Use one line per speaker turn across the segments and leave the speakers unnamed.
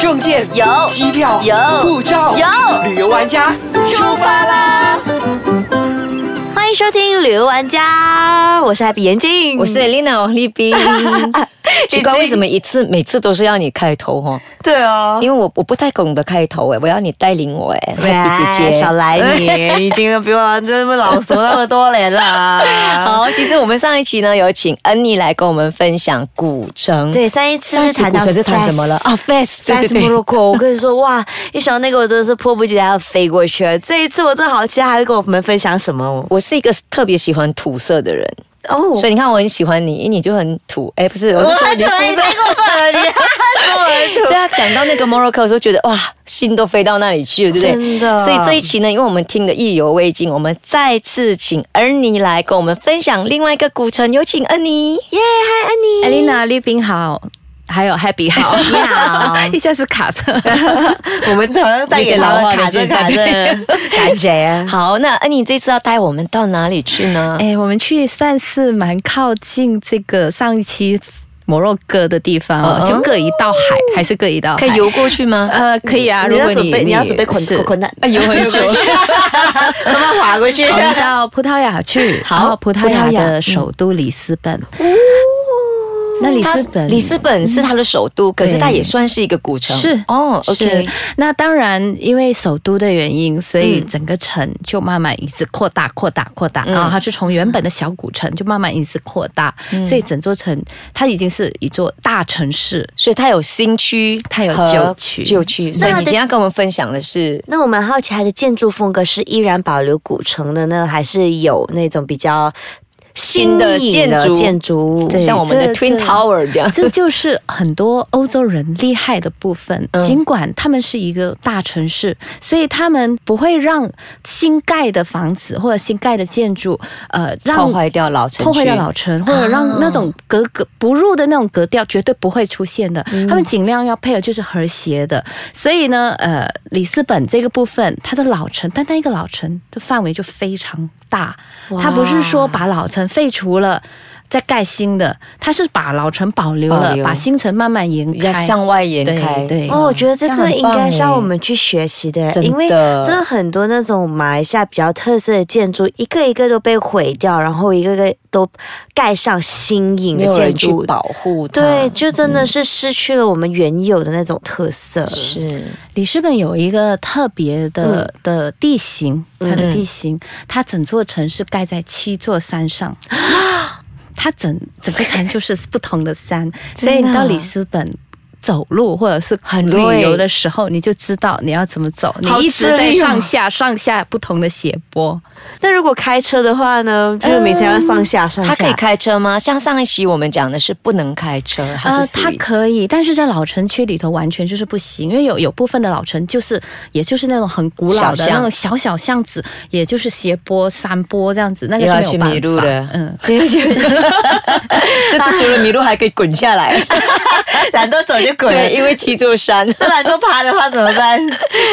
证件
有
机票
有
护照
有
旅游玩家出发啦！
欢迎收听旅游玩家，我是艾比眼镜，
我是 Elena 王立 斌。奇怪，为什么一次每次都是要你开头哈、哦？
对哦，
因为我我不太懂得开头哎，我要你带领我哎
哎
，Happy 姐姐。
少来 你，已经比我这么老熟那么多年了。
好，其实我们上一期呢有请恩妮来跟我们分享古城，
对，上一次
上一
是
期
谈
古
到
城是谈什么了
fest
啊？Fest，对
在
对对。
Morocco，我跟你说，哇，一想到那个我真的是迫不及待要飞过去了。这一次我真的好期待，还会跟我们分享什么哦？
我是一个特别喜欢土色的人，
哦
所以你看我很喜欢你，因为你就很土。哎，不是，我
我
是
说
说
你
你
太
土色。
过分了，你说我很土
所以他讲到那个 Morocco 的时候，觉得哇，心都飞到那里去了，对不对？
真的
所以这一期呢，因为我们听得意犹未尽，我们再次请恩妮来跟我们分享另外一个古城，有请恩妮。
耶，嗨，安妮。
艾琳娜、丽宾好，还有 Happy 好，
嗯哦你好
一下是卡 车。
哎
我们好啊像带给老了卡着卡着 感觉啊。
好，那恩妮这次要带我们到哪里去 呢？
哎，我们去算是蛮靠近这个上一期摩洛哥的地方
嗯
哦
嗯，
就各一道海，还是各一道海
可以游过去吗？
呃，可以啊，如
要
果
准
你
嗯备，你要准备捆
是
捆捆带，
哎 游很久
慢慢划过去。
我们哦到葡萄 牙去，
好
然后葡萄
葡
牙
萄牙
的首都里斯本。
嗯
那里
它
斯本，
里斯本是它的首都，可是它
对
也算是一个古城。
是
哦，OK，
是那当然，因为首都的原因，所以
嗯
整个城就慢慢一直扩大、扩大、扩大，
嗯
然后它是从原本的小古城就慢慢一直扩大，
嗯
所以整座城它已经是一座大城市。
所以它有新区，
它有
和
旧区
旧区。所以
那
你今天要跟我们分享的是
那我蛮好奇，它的建筑风格是依然保留古城的呢，还是有那种比较
新的
新颖
建
的
筑
建筑物？
对
像我们的
这
Twin
这
Tower 这样。
这就是很多欧洲人厉害的部分。
嗯
尽管他们是一个大城市，所以他们不会让新盖的房子或者新盖的建筑，呃，让
破坏掉老城区，啊
破坏掉老城，或者让那种格格不入的那种格调绝对不会出现的。
嗯
他们尽量要配合就是和谐的。所以呢，呃，里斯本这个部分，它的老城，单单一个老城的范围就非常大，它不是说把老城废除了。再盖新的，它是把老城保留了，
保留
把新城慢慢延
比较
开。
向外延
对
开。
对
哦，我觉得这
嗯这样
个
很
应该是
棒
要
耶
我们去学习的，
真的
因为真的很多那种马来西亚比较特色的建筑，一个一个都被毁掉，然后一个个都盖上新颖
没
的
有
建
人去
筑。
保护它。嗯
对，就真的是失去了我们原有的那种特色。
是
里斯本有一个特别的、
嗯
的地形，它的地形，它整座城市盖在七座山上。
嗯
它整整个城就是不同 的山，所
啊
以你到里斯本走路或者是
很
旅游
累
的时候，你就知道你要怎么走。你
好
一直
吃
在
力哦
上下上下不同的斜坡，
那如果开车的话呢，就是每天要上下上下。
嗯它可以开车吗？像上一期我们讲的是不能开车，还
呃，
是
它
可
可以，但是在老城区里头完全就是不行，因为有有部分的老城就是，也就是那种很古
小
老的
巷
那种小小巷子，也就是斜坡、山坡这样子，那个
又要
是
去
没
迷
有
路
办法。
的
嗯，
这次除了迷路还可以滚下来，
懒惰走就滚
对，因为七座山。
那懒惰爬的话怎么 办？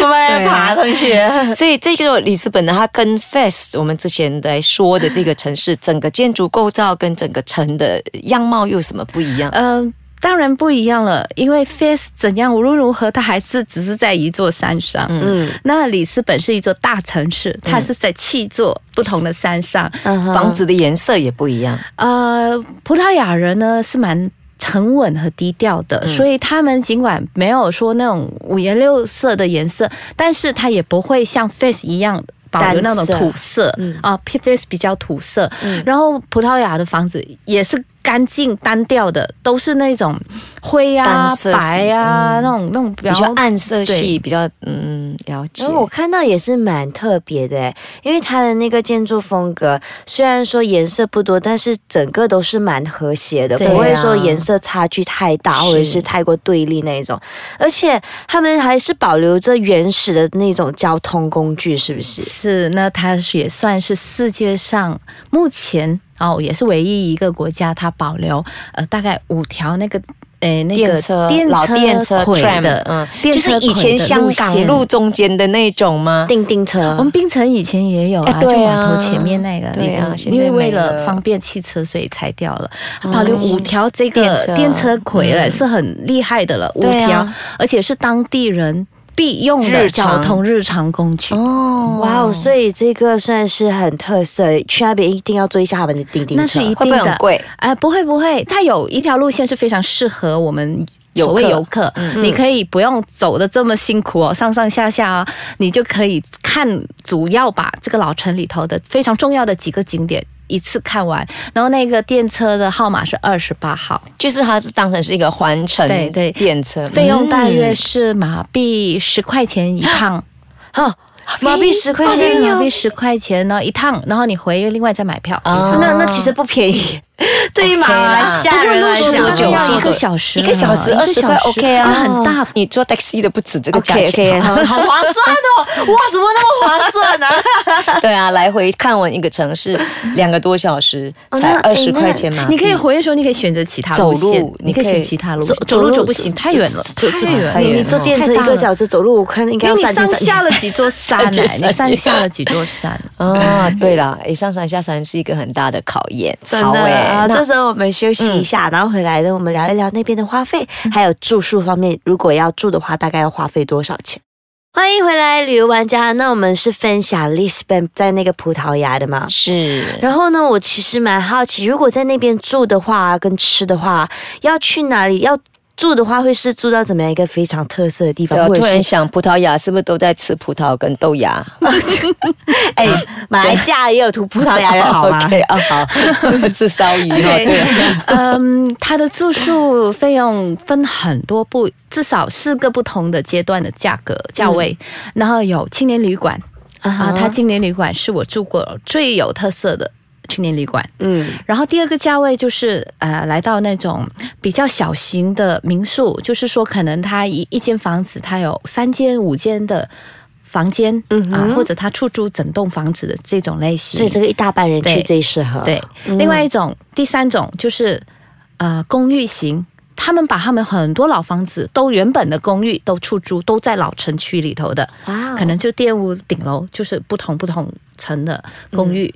我们
对啊
爬上去。
所以这个里斯本呢，它跟 Fest 我们之前来说的这个城市，整个建筑构造跟整个城的样貌又有什么不一样？
呃，当然不一样了，因为 Face 怎样，无论如何，它还是只是在一座山上。嗯，那里斯本是一座大城市，
嗯
它是在七座不同的山上。
房子的颜色也不一样，
呃，葡萄牙人呢是蛮。沉稳和低调的，
嗯
所以他们尽管没有说那种五颜六色的颜色，但是它也不会像 face 一样保留那种
淡色
土色
嗯
啊，face 比较土色。然后葡萄牙的房子也是干净单调的，都是那种灰啊
淡色、系嗯
白啊、那种那种比
比较
较
暗色系，
对
比较嗯了解
然。后我看到也是蛮特别的诶，因为它的那个建筑风格虽然说颜色不多，但是整个都是蛮和谐的，
对啊
不会说颜色差距太大
是
或者是太过对立那一种。而且他们还是保留着原始的那种交通工具，是不是？
是，那它是也算是世界上目前哦，也是唯一一个国家，它保留呃大概五条那个。诶那个
电车、
电
老电车
车轨
tram，
的，
嗯，
电
就是
车
以前
轨的
香港
线
路中间的那种吗？
叮叮车
我们槟城以前也有啊，
哎
就
对啊
码头前面那个，
对啊
已
现
经
在
因为为
没了哦
了方便汽车，所以拆掉了。它保留五条这个
电车嗯
电车轨嘞，是很厉害的了，五
对啊
条，而且是当地人必用的
日常
交通日常工具。
哦
哇哦，所以这个算是很特色，去那边一定要坐一下他们的叮叮车。
那是一
会不
定
会很
的，
贵？
哎、不会不会，它有一条路线是非常适合我们
游
所
客
谓游客，你可以不用走的这么辛苦哦，上上下下哦，你就可以看主要把这个老城里头的非常重要的几个景点。一次看完，然后那个电车的号码是二十八号，
就是它是当成是一个环城
对对
电车，
费用大约是马币十块钱一趟，
嗯哦
哈，马
哎
币十块钱，
马币十块钱呢一趟，然后你回另外再买票。
啊
那那其实不便宜。 对于马
OK 啦
来西亚人来
不过路
讲，
途久
大概要
坐
一个
的
小时
一
呢，
个小时二十块 OK 啊，
因为很大
你坐 taxi 的不止这个价钱
OK，OK，
好好划算哦！哇，怎么那么划算呢、 对啊，来回看完一个城市两个多小时，
哦
才
那
二十块钱嘛。
你可以回的时候，你可以选择其他路线
啊走路
你可
你
以
可以
选其他路
走
线，走路走不行，太远了，
走走
太远了。
太远
你
了
你坐电车一个小时走路，我看应该
因
要
为你
三天
上下
三夜。
了几座山啊
三
呢、
天三夜
你上下了几座山。
啊，对啦，诶，上山下山是一个很大的考验，
真
好
的
诶
啊，
那
这时候我们休息一下，然后回来呢，我们聊一聊那边的花费，还有住宿方面，如果要住的话，大概要花费多少钱？欢迎回来，旅游玩家。那我们是分享 Lisbon 在那个葡萄牙的嘛？
是
然后呢，我其实蛮好奇，如果在那边住的话，跟吃的话，要去哪里？要住的话，会是住到怎么样一个非常特色的地
对我
方？或
突
者
然
是
想，葡萄牙是不是都在吃葡萄跟豆芽？
哎，马来西亚也有吐葡萄牙人 好吗？
？OK 啊，好，吃烧 鱼哦，对啊。
嗯，它的住宿费用分很多不，至少四个不同的阶段的价格价位，然后有青年旅馆
啊
啊，
哈
它青年旅馆是我住过最有特色的青年旅馆。
嗯
然后第二个价位就是呃，来到那种比较小型的民宿，就是说可能它一一间房子它有三间五间的房间，
嗯
啊
哼，
或者它出租整栋房子的这种类，型。
所以这个一大半人去
对
最适合。
对，
嗯
另外一种第三种就是呃公寓型。他们把他们很多老房子都原本的公寓都出租，都在老城区里头的，
哇哦
可能就店屋顶楼，就是不同不同层的公寓。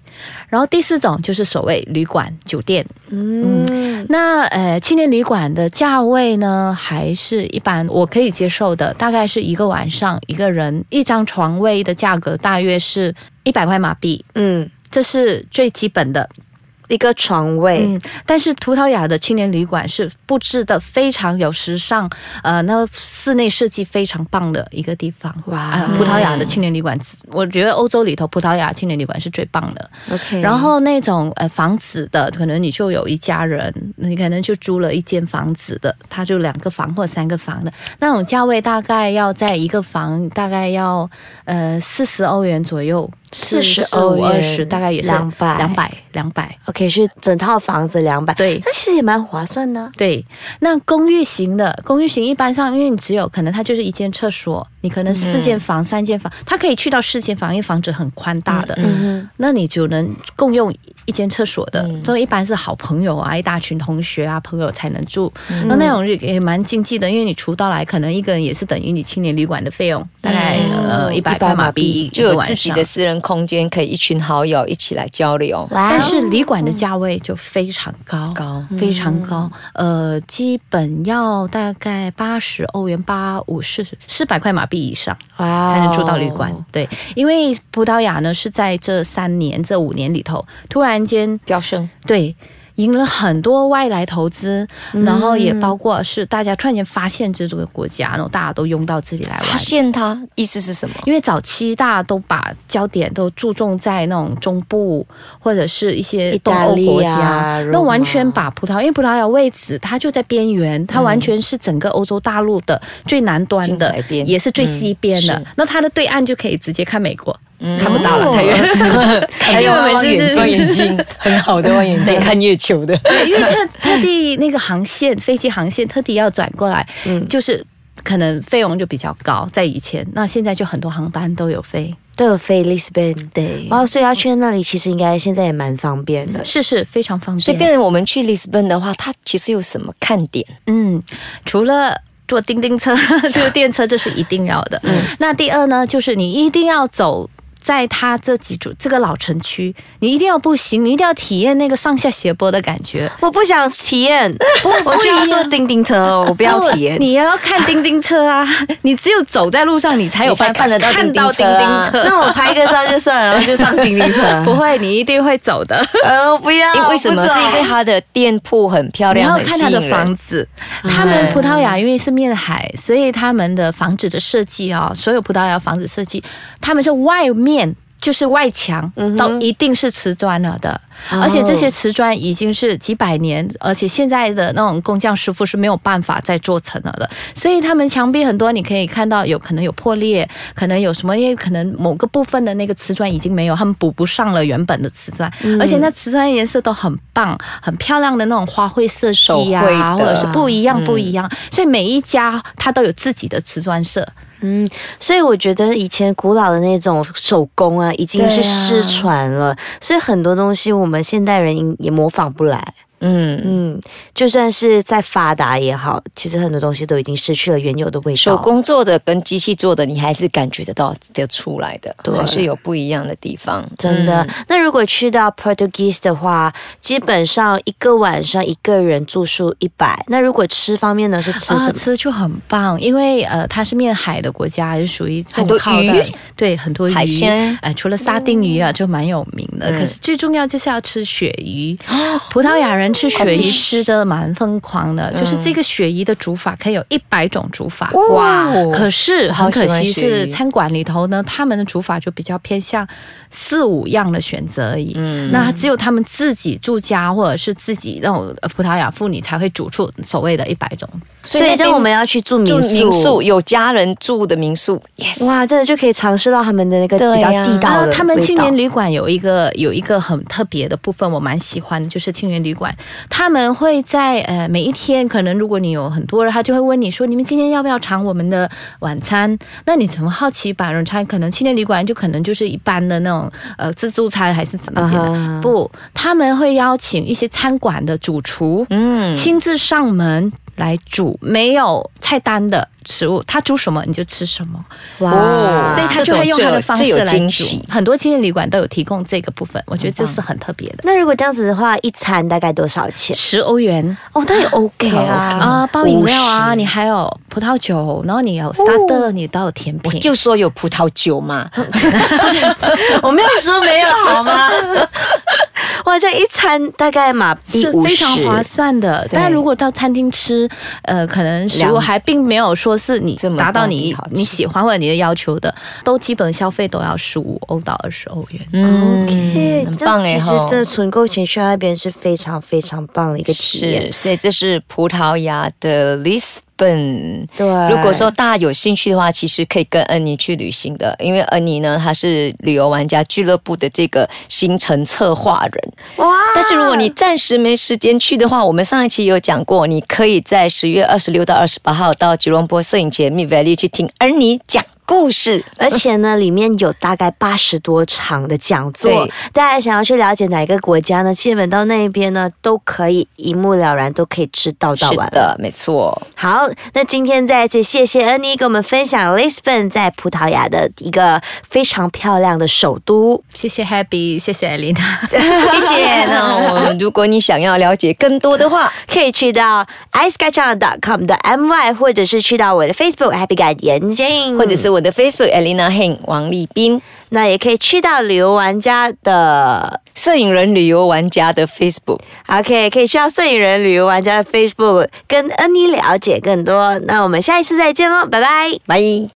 然后第四种就是所谓旅馆酒店，
嗯，
那呃，青年旅馆的价位呢，还是一般我可以接受的，大概是一个晚上一个人一张床位的价格大约是一百块马币，
嗯，
这是最基本的。
一个床位，
嗯，但是葡萄牙的青年旅馆是布置的非常有时尚，呃，那室内设计非常棒的一个地方。
哇
啊葡萄牙的青年旅馆，我觉得欧洲里头葡萄牙青年旅馆是最棒的。
，OK，
然后那种呃房子的，可能你就有一家人，你可能就租了一间房子的，他就两个房或三个房的那种价位，大概要在一个房大概要呃四十欧元左右，
40
45
欧元
20大概也是
200
两百两百。
OK 是整套房子两百，
对
那其实也蛮划算的。
对，那公寓型的公寓型一般上，因为你只有可能它就是一间厕所，你可能四间房、三间房，它可以去到四间房，因为房子很宽大的，
嗯
那你就能共用一间厕所的。所以一般是好朋友啊，一大群同学啊，朋友才能住。那、那种也也蛮经济的，因为你除到来，可能一个人也是等于你青年旅馆的费用，大概、呃一百块马币一
就
个
有
晚
自己
上
的。私人空间，可以一群好友一起来交流。
哇哦
但是旅馆的价位就非常高，
高
非常高，呃，基本要大概八十欧元、八五四四百块马币以上
哇哦
才能住到旅馆。对，因为葡萄牙呢是在这三年、这五年里头，突然间
飙升，
对。赢了很多外来投资，然后也包括是大家突然间发现这个国家，然后大家都涌到这里来玩
发。现它意思是什么？
因为早期大家都把焦点都注重在那种中部或者是一些东欧国
意大利啊
家，
罗马
那完全把葡萄，因为葡萄牙位置它就在边缘，它完全是整个欧洲大陆的最南端
近
的
海，边
也是最西边的
嗯是。
那它的对岸就可以直接看美国，
嗯
看不到
哦
了，太远。
哎
因为我们就是
望远镜，很好的望远镜看月球的。
因为特特地那个航线，飞机航线特地要转过来，就是可能费用就比较高，在以前，那现在就很多航班都有飞。
都有飞 Lisbon。
对，
哦，所以要去那里，其实应该现在也蛮方便的。
是是非常方便。
所以，变成我们去 Lisbon 的话，它其实有什么看点？
嗯，除了。坐叮叮车， 就是电车，这是一定要的。
嗯
那第二呢，就是你一定要走在它这几处这个老城区，你一定要步行，你一定要体验那个上下斜坡的感觉。
我不想体验， 我就要坐叮叮车，我不要体验。
你也要看叮叮车啊！ 你只有走在路上，你才有办法
你才看得到叮叮车啊
车
那我拍个照就算了，然后就上叮叮车。
不会，你一定会走的。
呃，我不要。
因为什么？
我不
是
走
因为它的店铺很漂
你
亮，
要
很
看
吸
他
引
的
人嗯
房。子，他们葡萄牙因为是面海，所以他们的房子的设计啊、所有葡萄牙房子设计，他们是外面。就是外墙
嗯
都一定是瓷砖了的，
哦
而且这些瓷砖已经是几百年，而且现在的那种工匠师傅是没有办法再做成了的，所以他们墙壁很多你可以看到有可能有破裂，可能有什么，因为可能某个部分的那个瓷砖已经没有，他们补不上了原本的瓷砖，而且那瓷砖颜色都很棒，很漂亮的那种花卉设计。
手
呀、
绘的
或者是不一样不一样，所以每一家它都有自己的瓷砖社。
嗯，所以我觉得以前古老的那种手工啊，已经是
对啊
失传了，所以很多东西我们现代人也模仿不来。
嗯，
嗯，就算是再发达也好，其实很多东西都已经失去了原有的味道。
手工做的跟机器做的，你还是感觉得到得出来的，
对
还是有不一样的地方。
真的。
嗯
那如果去到 Portuguese 的话，基本上一个晚上一个人住宿一百。那如果吃方面呢，是吃什
啊，
么？
吃就很棒，因为呃，它是面海的国家，就属于重靠
很多
的
鱼，
对，很多鱼
海鲜哦
哎、除了沙丁鱼啊，就蛮有名的。
嗯
可是最重要就是要吃鳕 鱼，
哦
葡萄牙人吃鳕鱼吃的蛮疯狂
嗯
的，就是这个鳕鱼的煮法可以有一百种煮法。
嗯哇
可是很可惜
我好喜欢鳕
是
鱼
餐馆里头呢，他们的煮法就比较偏向四五样的选择而已。
嗯
那只有他们自己住家或者是自己那种呃葡萄牙妇女才会煮出所谓的一百种。
所以
那边
让我们要去住民
住
宿。
民宿有家人住的民宿，yes，
哇，这就可以尝试到他们的那个比较
对呀
地道的
啊
味，道。
他们青年旅馆有一个有一个很特别的部分，我蛮喜欢的，就是青年旅馆，他们会在呃每一天，可能如果你有很多人，他就会问你说，你们今天要不要尝我们的晚餐？那你怎么好奇吧？晚餐可能青年旅馆就可能就是一般的那种呃自助餐还是怎么简单
啊哈
不，他们会邀请一些餐馆的主厨，
嗯，
亲自上门来煮没有菜单的食物，他煮什么你就吃什么。
哇
哦，
所以他就会用他的方式
这有
来
惊
煮
喜。嗯
很多青年旅馆都有提供这个部分，我觉得这是很特别的。
那如果这样子的话，一餐大概多少钱？
十欧元
哦，那也 OK 啊。
啊、包饮料啊，你还有葡萄酒，然后你有 starter，、你都有甜
哦我
品。
就说有葡萄酒嘛，
嗯我没有说没有 好吗？哇，这样一餐大概嘛一
是
五
非
十
常，划算的，
对
但如果到餐厅吃，呃，可能食物
两
还并没有说是你
这么
达到
到底
你
好吃
你喜欢或者你的要求的，都基本消费都要十五欧到二十欧元。
嗯
OK，
很
这
棒哎
其实
吼
这存够钱去那边是非常非常棒的一个体验
是，。所以这是葡萄牙的 Lisbon。
对，
如果说大家有兴趣的话，其实可以跟恩妮去旅行的，因为恩妮呢，她是旅游玩家俱乐部的这个行程策划人。
哇，
但是如果你暂时没时间去的话，我们上一期有讲过，你可以在十月二十六到二十八号到吉隆坡摄影节 Mid Valley 去听恩妮讲故事。
而且呢，里面有大概八十多场的讲座
对，
大家想要去了解哪一个国家呢？基本到那一边呢，都可以一目了然，都可以知道到
是
完。
的，没错。
好，那今天再次谢谢恩妮给我们分享 Lisbon 在葡萄牙的一个非常漂亮的首都。
谢谢 Happy，谢谢 Elena。
谢谢。那我们如果你想要了解更多的话，
可以去到 i c e c a c h a n c o m 的 my，或者是去到我的 Facebook Happy 感眼镜，
或者是我的 Facebook Elena Heng 王立斌，
那也可以去到旅游玩家的
摄影人旅游玩家的 Facebook。
OK，可以去到摄影人旅游玩家的 Facebook 跟恩妮了解更多。那我们下一次再见喽，拜拜，拜。